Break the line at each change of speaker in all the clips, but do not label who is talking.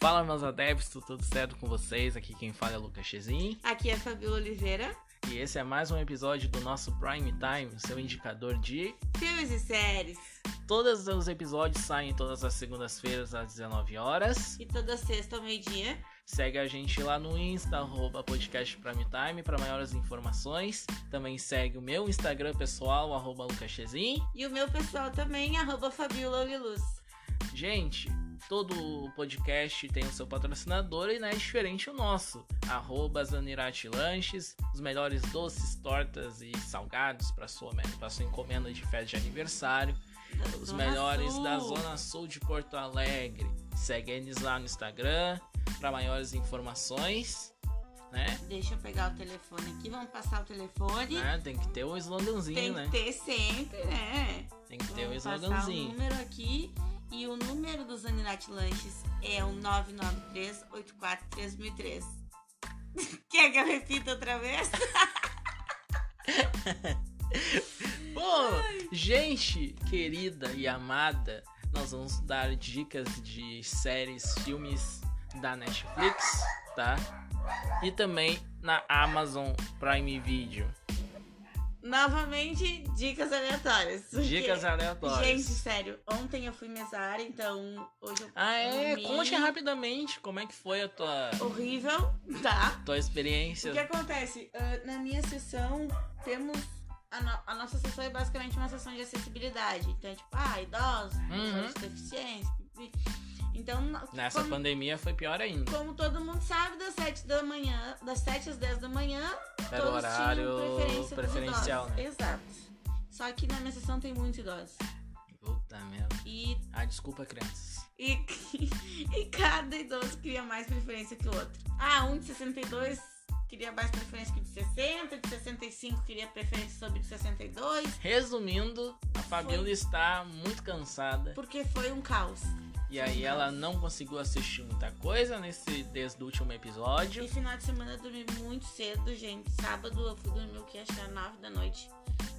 Fala, meus adeptos, tudo certo com vocês? Aqui quem fala é Lucas Chezin.
Aqui é Fabiola Oliveira.
E esse é mais um episódio do nosso Prime Time, seu indicador de.
Filmes e séries.
Todos os episódios saem todas as segundas-feiras às 19 horas.
E toda sexta ao meio-dia.
Segue a gente lá no Insta, arroba podcast Prime Time, para maiores informações. Também segue o meu Instagram pessoal, arroba Lucas Chezin.
E o meu pessoal também, arroba Fabiola Oliluz.
Gente, todo podcast tem o seu patrocinador e não é diferente o nosso. Arroba Zanirati Lanches, os melhores doces, tortas e salgados para sua, pra sua encomenda de festa de aniversário.
Da
Os
Zona
melhores
Sul.
da Zona Sul de Porto Alegre. Segue eles lá no Instagram para maiores informações. Né?
Deixa eu pegar o telefone aqui, vamos passar o telefone.
Né? Tem que ter o sloganzinho,
Tem
né?
que ter sempre, né?
Tem que ter o
Vamos passar um o
sloganzinho.
número aqui. E o número do Zaninati Lanches é o 993-84-3003. Quer que eu repita outra vez?
Bom, gente querida e amada, nós vamos dar dicas de séries, filmes da Netflix, tá? E também na Amazon Prime Video.
Novamente, dicas aleatórias. Porque-
Dicas aleatórias.
é Gente, sério, ontem eu fui mesária, então hoje eu
Ah, é?
comi.
Conte rapidamente como é que foi a tua,
Horrível, tá?
tua
O que
experiência.
acontece? Ah, na minha sessão, temos. A, no- a nossa sessão é basicamente uma sessão de acessibilidade. Então, é tipo, ah, idosos,
Uhum.
pessoas de deficiência. e- Então, nós-
Nessa
como,
pandemia foi pior ainda.
como todo mundo sabe, das 7 da manhã, das 7 às 10 da manhã,
Era o
todos
horário
tinham preferência pros
preferencial,
idosos.
né?
Exato. Só que na minha sessão tem muitos idosos.
Puta merda.
E
Ah, desculpa, crianças.
E, e cada idoso cria mais preferência que o outro. Ah, um de 62 queria mais preferência que o de 60, de 65 queria preferência sobre o de 62,
Resumindo, a Fabiola
Foi.
está muito cansada.
porque foi um caos.
E aí ela não conseguiu assistir muita coisa nesse desde o último
E
episódio.
final de semana eu dormi muito cedo, gente. Sábado eu fui dormir o que acho que era 9 da noite,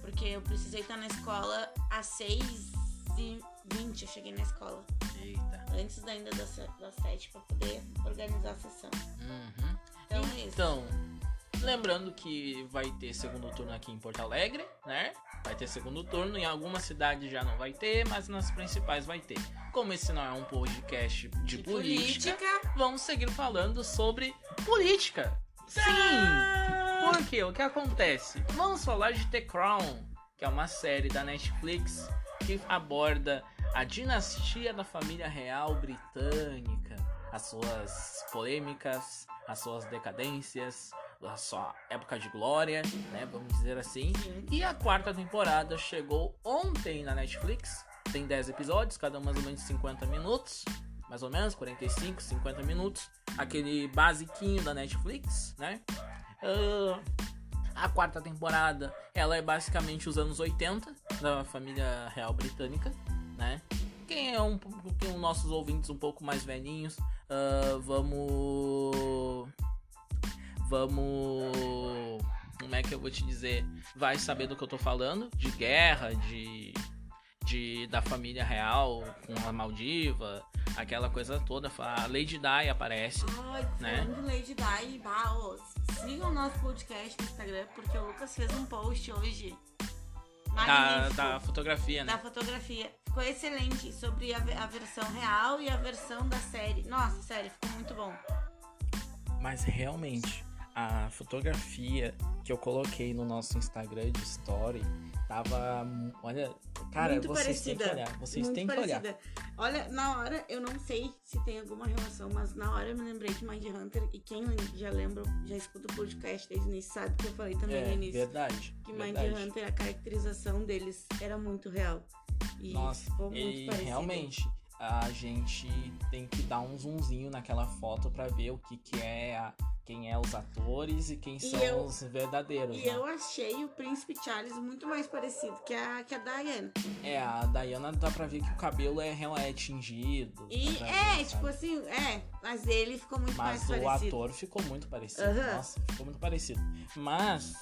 porque eu precisei estar na escola às 6 e 20 eu cheguei na escola,
Eita.
antes ainda das se- das 7 para poder organizar a sessão.
Uhum.
Então é isso.
Então, lembrando que vai ter segundo turno aqui em Porto Alegre, né? Vai ter segundo turno, em algumas cidades já não vai ter, mas nas principais vai ter. Como esse não é um podcast de,
E
política, vamos seguir falando sobre política. Sim! Porque o que acontece? Vamos falar de The Crown, que é uma série da Netflix que aborda a dinastia da família real britânica, as suas polêmicas, as suas decadências, a sua época de glória, né? Vamos dizer assim.
Sim.
E a quarta temporada chegou ontem na Netflix. Tem 10 episódios, cada um mais ou menos 50 minutos. Mais ou menos, 45, 50 minutos. Aquele basiquinho da Netflix, né? Ah, a quarta temporada, ela é basicamente os anos 80 da família real britânica, né? Quem é um, quem os nossos ouvintes um pouco mais velhinhos, ah, vamos... Vamos... Como é que eu vou te dizer? vai saber do que eu tô falando, de guerra, de, de da família real com a Maldiva, aquela coisa toda. A Lady Di aparece.
Ai,
Né?
falando de Lady Di, Baos, sigam o nosso podcast no Instagram, porque o Lucas fez um post hoje
Da,
magnífico
da fotografia,
da
né?
fotografia. Ficou excelente sobre a, ve- a versão real e a versão da série. Nossa, sério, ficou muito bom.
Mas realmente, a fotografia que eu coloquei no nosso Instagram de story tava. Olha, cara,
Muito
vocês
parecida.
têm que olhar. Vocês
muito
têm que olhar.
parecida. Olha, na hora, eu não sei se tem alguma relação, mas na hora eu me lembrei de Mindhunter. E quem já lembra, já escuta o podcast desde o início, sabe que eu falei também no
É,
início.
verdade.
né, que
verdade.
Mindhunter, a caracterização deles era muito real. E
Nossa,
ficou muito
E
parecido.
realmente, a gente tem que dar um zoomzinho naquela foto pra ver o que, que é a- quem é os atores e quem
E
são
eu-
os verdadeiros.
E
né?
eu achei o Príncipe Charles muito mais parecido que a, que a Diana.
É, a Diana dá pra ver que o cabelo é, real- é tingido.
E
dá pra
é,
ver,
tipo
sabe?
assim, é. Mas ele ficou muito
Mas
mais
o
parecido.
ator ficou muito parecido.
Aham.
Nossa, ficou muito parecido. Mas.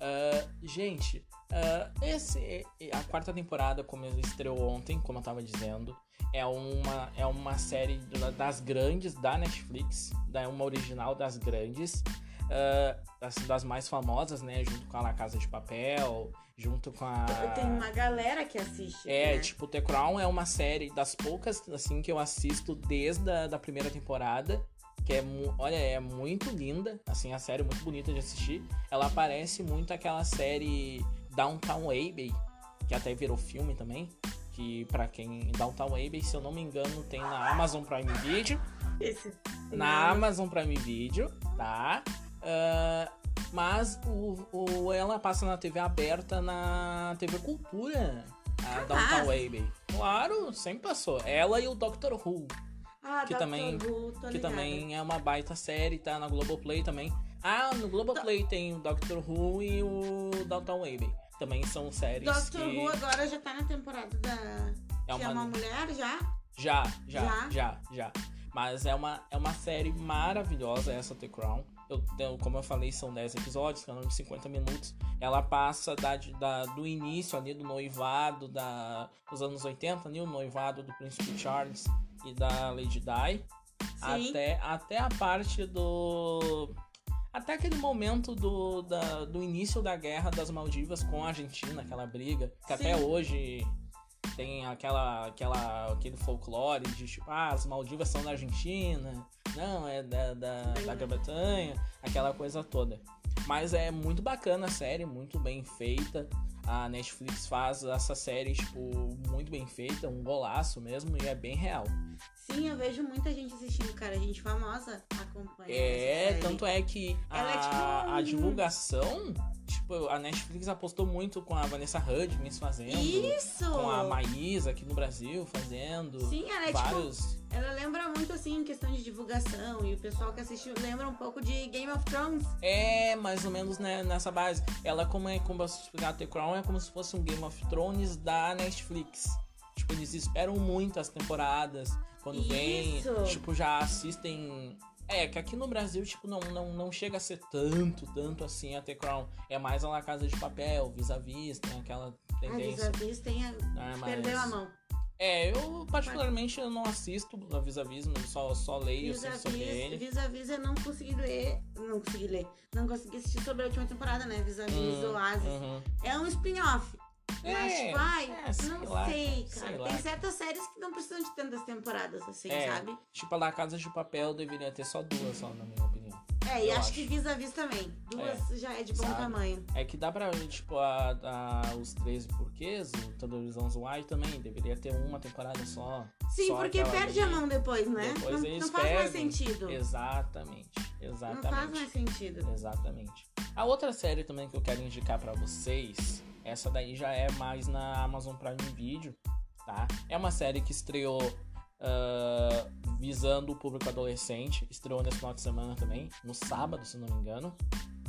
ah, gente, Ah, esse, a quarta temporada, como ela estreou ontem, como eu tava dizendo, é uma, é uma série do- das grandes da Netflix, da- é uma original das grandes, ah, assim, das mais famosas, né? Junto com a La Casa de Papel, junto com a.
Tem uma galera que assiste.
É,
né?
tipo, The Crown é uma série das poucas, assim, que eu assisto desde a da primeira temporada. Que é, mu- olha, é muito linda, assim, a série é muito bonita de assistir. Ela parece muito aquela série Downtown Abbey, que até virou filme também. Que pra quem... Downtown Abbey, se eu não me engano, tem na Amazon Prime Video.
Esse-
Na Amazon Prime Video, tá? Ah, mas o, o- ela passa na TV aberta, na TV Cultura, a Downtown Abbey. Claro, sempre passou. Ela e o Doctor Who,
Ah,
que
Dr.
também-
Who, tô
que
ligada.
também é uma baita série, tá na Globoplay também. Ah, no Globoplay tem o Doctor Who e o Downtown Abbey. Também são séries
Doctor
que...
Who agora já tá na temporada da.
é
que é uma mulher já?
Já, já, já,
Já?
já. Mas é uma, é uma série maravilhosa essa The Crown. Eu, eu- como eu falei, são 10 episódios, cada um de 50 minutos. Ela passa da, de- da- do início ali do noivado da, dos anos 80, ali, o noivado do príncipe Charles e da Lady Di.
Sim.
Até, até a parte do. Até aquele momento do, da- do início da guerra das Maldivas com a Argentina, aquela briga, que até
Sim.
hoje tem aquela, aquela, aquele folclore de tipo, ah, as Maldivas são da Argentina, não, é da, da, da Grã-Bretanha, aquela coisa toda. Mas é muito bacana a série, muito bem feita. A Netflix faz essa série, tipo, muito bem feita, um golaço mesmo, e é bem real.
Sim, eu vejo muita gente assistindo, cara. Gente famosa acompanha.
É,
essa série.
tanto é que a,
Ela é tipo um-
a divulgação, tipo, a Netflix apostou muito com a Vanessa Hudgens fazendo,
Isso!
com a Maísa aqui no Brasil fazendo,
Sim, ela é tipo.
vários...
Ela lembra muito assim, em questão de divulgação. E o pessoal que assistiu lembra um pouco de Game of Thrones.
É, mais ou menos né, nessa base. Ela, como é como eu explicar The Crown, é como se fosse um Game of Thrones da Netflix. Tipo, eles esperam muito as temporadas. Quando vem,
Isso.
tipo, já assistem. É, que aqui no Brasil, tipo, não, não, não chega a ser tanto, tanto assim a The Crown. É mais a La Casa de Papel, vis-a-vis, tem aquela
A
tendência.
Ah, vis-a-vis tem a...
né, mas-
perdeu a mão.
É, eu particularmente eu não assisto a vis-a-vis, mas só, só leio assim, sobre ele.
Vis-a-vis, vis-a-vis eu não consegui ler. Não consegui ler. Não consegui assistir sobre a última temporada, né? Vis-a-vis
Hum,
Oasis.
uhum.
É um spin-off. Mas,
É,
tipo, ai,
é, sei
não
lá,
sei,
cara,
cara.
sei lá.
Tem certas séries que não precisam de tantas temporadas, assim,
É.
sabe?
Tipo, a La Casa de Papel deveria ter só duas, só, na minha opinião.
É, e
Eu
acho,
acho.
que vis-a-vis também. Duas já é de bom
Sabe?
tamanho.
É que dá pra, tipo, a, a- os 13 porquês, o Televisão Zoai também, deveria ter uma temporada só.
Sim,
só
porque
aquela
perde a
ali.
mão depois, né?
Depois
não
eles
não faz mais
perdem.
sentido.
Exatamente, exatamente.
Não faz mais sentido.
Exatamente. A outra série também que eu quero indicar pra vocês, essa daí já é mais na Amazon Prime Video, tá? É uma série que estreou ah, visando o público adolescente, estreou nesse final de semana também, no sábado, se não me engano.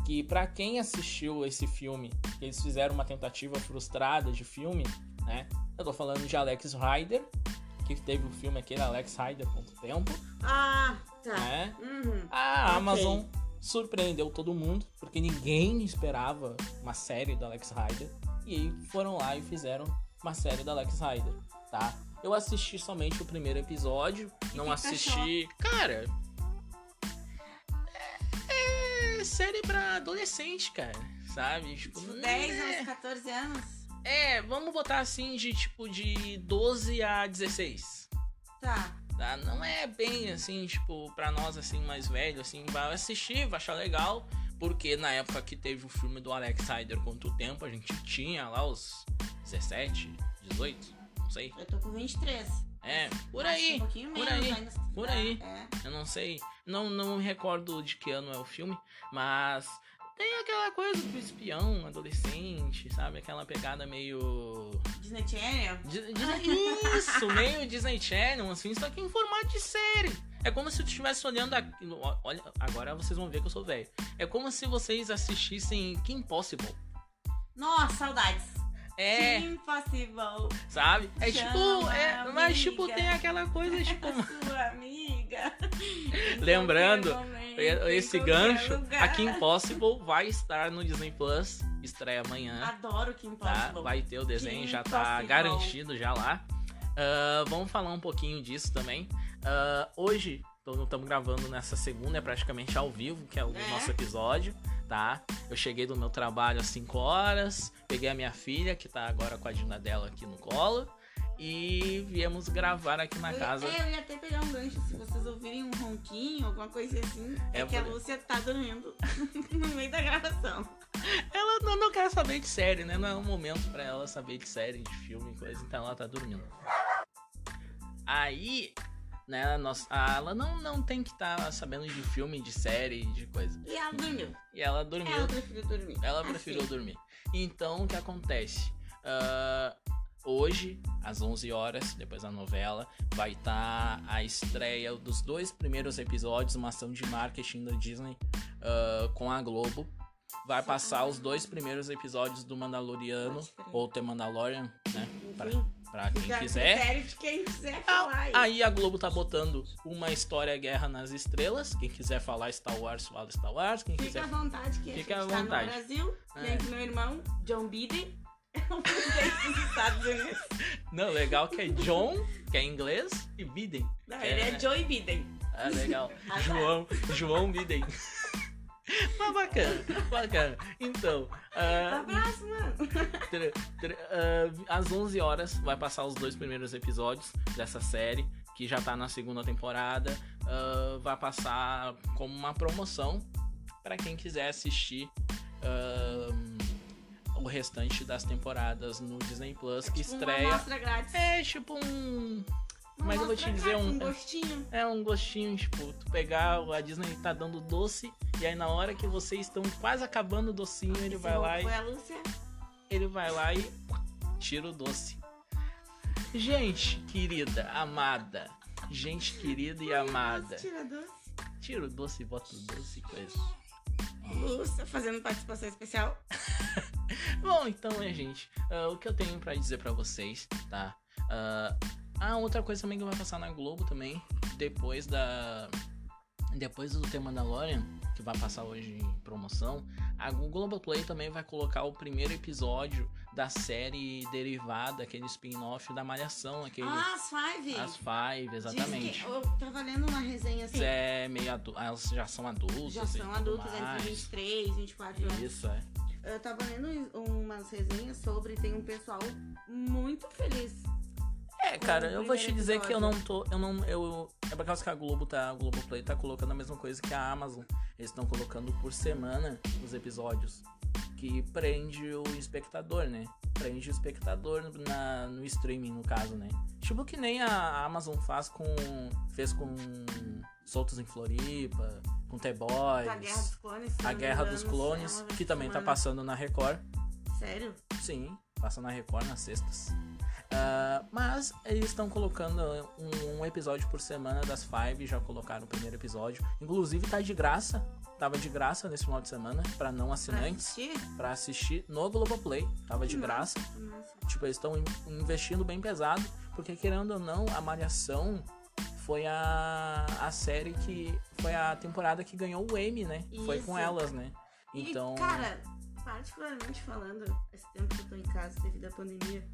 Que pra quem assistiu esse filme, que eles fizeram uma tentativa frustrada de filme, né? Eu tô falando de Alex Rider, que teve o filme aquele Alex Rider quanto tempo,
Ah, tá.
né?
Uhum.
A
Ok.
Amazon surpreendeu todo mundo, porque ninguém esperava uma série do Alex Rider. E aí foram lá e fizeram uma série do Alex Rider, tá? Eu assisti somente o primeiro episódio, não
que
assisti. Cara. É, é série pra adolescente, cara. Sabe? Tipo,
Tipo,
não
10
é-
aos 14 anos.
É, vamos botar assim de tipo de 12 a 16
Tá.
tá? Não é bem assim, tipo, pra nós assim, mais velho, assim, vai assistir, vai achar legal. Porque na época que teve o filme do Alex Rider quanto tempo, a gente tinha lá os 17, 18, não sei.
Eu tô com 23.
É, por
Acho
aí.
que Um pouquinho
por
menos
aí,
ainda se
por
dá,
aí.
É.
Eu não sei, não, não me recordo de que ano é o filme, mas tem aquela coisa do espião, adolescente, sabe? Aquela pegada meio.
Disney Channel?
Dis- Disney- Isso, meio Disney Channel, assim, só que em formato de série. É como se eu estivesse olhando aqui. ó, Olha, agora vocês vão ver que eu sou velho. É como se vocês assistissem Kim Possible.
Nossa, saudades.
É,
Impossível.
sabe? É
Chama
tipo, é,
a
mas tipo,
amiga.
tem aquela coisa, tipo,
É Sua amiga. Em
Lembrando,
qualquer momento, em
esse
qualquer
gancho,
lugar.
a Kim Possible vai estar no Disney Plus, estreia amanhã,
Adoro Kim
né? tá?
Possible.
Vai ter o desenho,
Kim
já tá
Possible.
garantido já lá. Ah, vamos falar um pouquinho disso também. Ah, hoje, estamos gravando nessa segunda, é praticamente ao vivo, que é o
É.
nosso episódio, tá? Eu cheguei do meu trabalho às 5 horas, peguei a minha filha, que tá agora com a agenda dela aqui no colo, e viemos gravar aqui na
Eu-
casa.
É, eu ia até pegar um gancho se vocês ouvirem um ronquinho, alguma coisa assim. É,
É,
que a
por-
Lúcia tá dormindo no meio da gravação.
Ela não, não quer saber de série, né? Não é um momento pra ela saber de série, de filme, coisa, então ela tá dormindo. Aí, né, nós, a- ela não, não tem que estar sabendo de filme, de série, de coisa.
E ela dormiu.
E ela dormiu.
Ela preferiu É, dormir.
Ela preferiu dormir. Então, o que acontece? Ah, hoje, às 11 horas, depois da novela, vai estar a estreia dos dois primeiros episódios, uma ação de marketing da Disney ah, com a Globo. Vai
Sim. Ah.
passar os dois primeiros episódios do Mandaloriano,
Pode crer.
ou The Mandalorian, né? Pra,
Enfim,
pra quem
fica a
quiser.
critério de quem quiser
Ah,
falar. aí.
Aí a Globo tá botando uma história Guerra nas Estrelas. Quem quiser falar Star Wars, fala Star Wars. Quem
Fica
quiser
à vontade, que a
Fica
gente
à
tá
vontade.
no Brasil.
É.
Gente, meu irmão, John Biden, é o presidente dos Estados Unidos.
Não, legal que é John, que é inglês, e Biden.
Não,
É,
ele é
né?
Joe Biden.
Ah, legal.
Azar.
João, João Biden. Mas bacana, bacana. Então, ah,
Um Abraço, mano.
tre- tre- ah, às 11 horas vai passar os dois primeiros episódios dessa série, que já tá na segunda temporada. Ah, vai passar como uma promoção para quem quiser assistir. ah, o restante das temporadas no Disney Plus que
É tipo Uma
estreia.
amostra grátis.
É tipo um.
Uma
Mas eu vou te
amostra
dizer
grátis,
um-
um gostinho.
É um gostinho, tipo, tu pegar, a Disney tá dando doce, e aí na hora que vocês estão quase acabando o docinho, ele
Esse
vai lá e
Foi a Lúcia.
ele vai lá e tira o doce. Gente querida, amada, gente querida e amada,
Tira doce.
tira o doce e bota o doce e coisa.
Lúcia fazendo participação especial.
Bom, então, né, gente, ah, o que eu tenho pra dizer pra vocês, tá? Ah, ah, outra coisa também que vai passar na Globo também, depois da... Depois do tema da Lorian, que vai passar hoje em promoção, a Glo- Globoplay também vai colocar o primeiro episódio da série derivada, aquele spin-off da Malhação, aquele...
Ah, as Five.
As Five,
Diz
exatamente.
que, é, eu tava lendo uma resenha assim.
É meio adu... Elas já são adultas.
Já
e
são
tudo
adultos,
mais.
entre 23, 24 anos.
Isso, é.
Eu tava lendo um, umas resenhas sobre, tem um pessoal muito feliz.
É, cara,
no
eu vou te
primeiro
dizer que eu
episódio.
não tô. Eu não. Eu, é por causa que a Globo tá. A Globoplay tá colocando a mesma coisa que a Amazon. Eles estão colocando por semana os episódios. Que prende o espectador, né? Prende o espectador na, no streaming, no caso, né? Tipo que nem a Amazon faz com. fez com Soltos em Floripa, com The Boys.
Da Guerra dos Clones. se
É a
não
Guerra
me
dos
engano,
Clones,
é uma vez
que
por
também tá
semana.
passando na Record.
Sério?
Sim, passa na Record nas sextas. Ah, mas eles estão colocando um, um episódio por semana das Five, já colocaram o primeiro episódio. Inclusive tá de graça, tava de graça nesse final de semana pra não
Pra
assinantes,
assistir?
pra assistir no Globoplay, tava de
Nossa,
graça.
nossa.
Tipo, eles estão investindo bem pesado, porque querendo ou não, a Malhação foi a, a série que foi a temporada que ganhou o Emmy, né? Foi com
Isso.
elas, né? Então,
E, cara, particularmente falando, esse tempo que eu tô em casa devido à pandemia,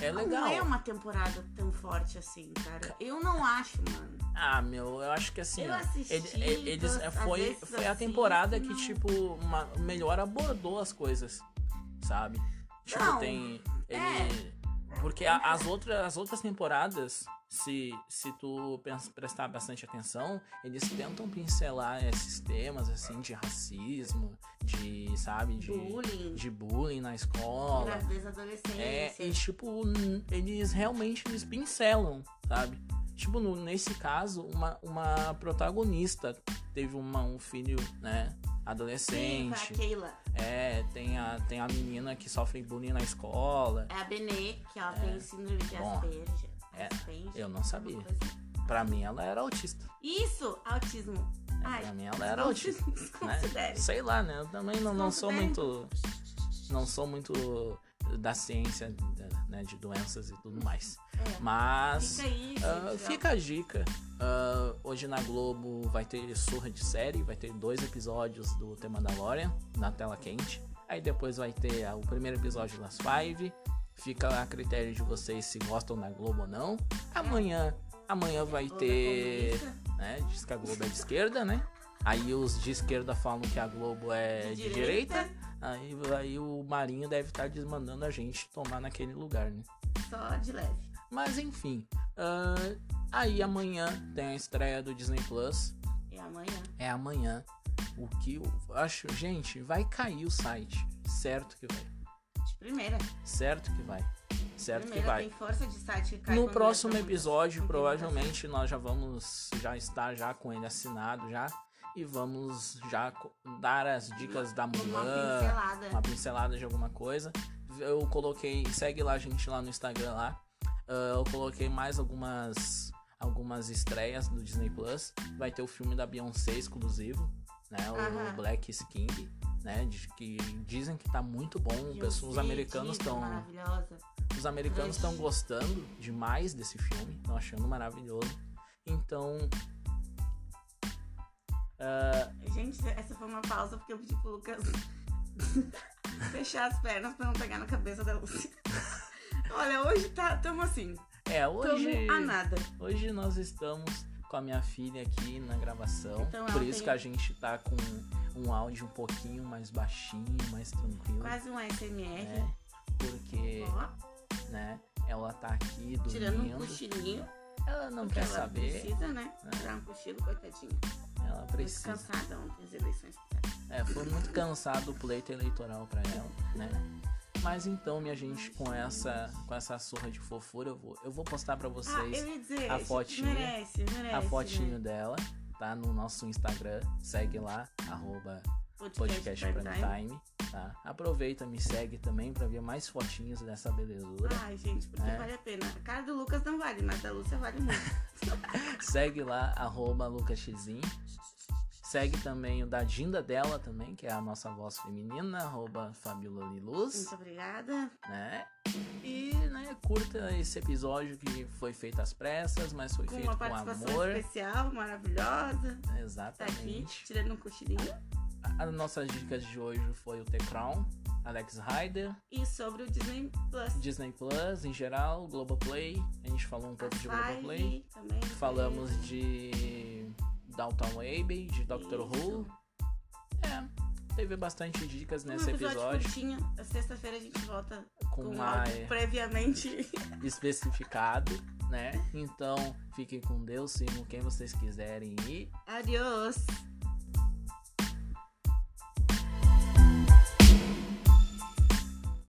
é legal.
não é uma temporada tão forte assim, cara. Eu não acho, mano.
Ah, meu, eu acho que assim.
Eu
ó,
assisti,
ele- ele- eles, eh,
às
foi,
vezes
foi a
assisto,
temporada que,
não.
tipo, uma- melhor abordou as coisas, sabe? Tipo,
Não,
tem.
é.
ele- Porque a- as, outras, as outras temporadas, se, se tu pens- prestar bastante atenção, eles tentam pincelar esses temas, assim, de racismo, de, sabe, de,
Bullying,
de bullying na escola.
gravidez adolescente.
É, e tipo, n- eles realmente eles pincelam, sabe? Tipo, no- nesse caso, uma, uma protagonista teve uma- um filho, né?
Sim, foi
Adolescente.
a Keila.
é, tem a, tem a menina que sofre bullying na escola.
É a Benê, que ela tem síndrome de
É. Bom,
Asperger.
é,
Asperger,
eu não
alguma
sabia.
coisa assim.
Pra mim, ela era autista. né?
Isso, autismo.
Pra
Ai,
mim, ela É, era né? autista.
Desconsidere.
né? Sei lá, né? Eu também não, não sou muito. não sou muito da ciência, da- né, de doenças e tudo mais. Mas
É, Fica aí, gente.
ah,
ó.
fica a dica. Ah, hoje na Globo vai ter surra de série, vai ter dois episódios do The Mandalorian na tela quente. Aí depois vai ter ah, o primeiro episódio das Five. Fica a critério de vocês se gostam na Globo ou não. Amanhã, amanhã vai
Globo é
ter,
comunista.
né? Diz que a Globo é de esquerda, né? Aí os de esquerda falam que a Globo é de,
De
direita.
direita.
Aí, aí o Marinho deve estar desmandando a gente tomar naquele lugar, né?
Só de leve.
Mas enfim. ahn, aí amanhã tem a estreia do Disney Plus.
E amanhã.
É amanhã. O que eu acho. Gente, vai cair o site. Certo que vai.
De primeira.
Certo que vai. Certo
primeira
que vai.
tem força de site que cai
No
quando
próximo
entra muito.
episódio,
Não tem
provavelmente nós já vamos já estar já com ele assinado já e vamos já co- dar as dicas da
muita- Uma
Mulan,
pincelada. um
uma pincelada de alguma coisa. Eu coloquei, segue lá a gente lá no Instagram lá. Ah, eu coloquei mais algumas algumas estreias do Disney Plus. Vai ter o filme da Beyoncé exclusivo, né? O
Aham.
Black Skin, né? De- que dizem que tá muito bom.
E um
Pessoas, os
fio
americanos
diva
estão
Maravilhosa.
os americanos estão gostando demais desse filme, estão achando maravilhoso. Então,
Gente, essa foi uma pausa porque eu pedi pro Lucas fechar as pernas pra não pegar na cabeça da Lúcia. Olha, hoje tá, tamo assim.
é, hoje,
Tamo a nada.
hoje nós estamos com a minha filha aqui na gravação.
Então ela
por isso
tem-
que a gente tá com um áudio um pouquinho mais baixinho, mais tranquilo.
Quase um SMR.
né? Porque,
Ó,
né, ela tá aqui
tirando um
dormindo.
cochilinho.
ela não
porque
quer
ela
saber.
precisa, né?
É.
Tirar um cochilo, coitadinha.
Ela precisa.
Muito cansada ontem, as eleições.
É, foi muito cansado o pleito eleitoral pra ela, né? Mas então, minha gente, com essa com essa surra de fofura, eu vou, eu vou postar pra
Ah, eu
vocês
ia dizer,
a
gente,
fotinha-
merece, merece.
a fotinho
né?
dela, tá? No nosso Instagram, segue lá, arroba podcast
Podcast,
Prime
Prime Time.
Time, tá? Aproveita, me segue também pra ver mais fotinhos dessa belezura.
Ai, gente, porque
É.
vale a pena. A cara do Lucas não vale, mas da Lúcia vale muito. Ah.
Segue lá, arroba lucaxzinho. Segue também o da Dinda dela também, que é a nossa voz feminina, arroba Fabiola Liluz.
Muito obrigada.
né? E, né, curta esse episódio que foi feito às pressas, mas foi
Com
feito
uma
com
participação
amor.
especial, maravilhosa. Tá aqui,
Exatamente.
tirando um cochilinho.
A- As nossas dicas de hoje foi o The Crown, Alex Rider,
E sobre o Disney Plus.
Disney Plus em geral, Globoplay. A gente falou um pouco de
A Five
Globoplay.
também. né?
Falamos de Downtown Abbey, de Doctor Who.
Isso.
É, teve bastante dicas
Um
nesse episódio,
curtinho. Sexta-feira a gente volta
com
com
uma
algo previamente.
especificado, né? Então, fiquem com Deus, sigam quem vocês quiserem e
Adiós.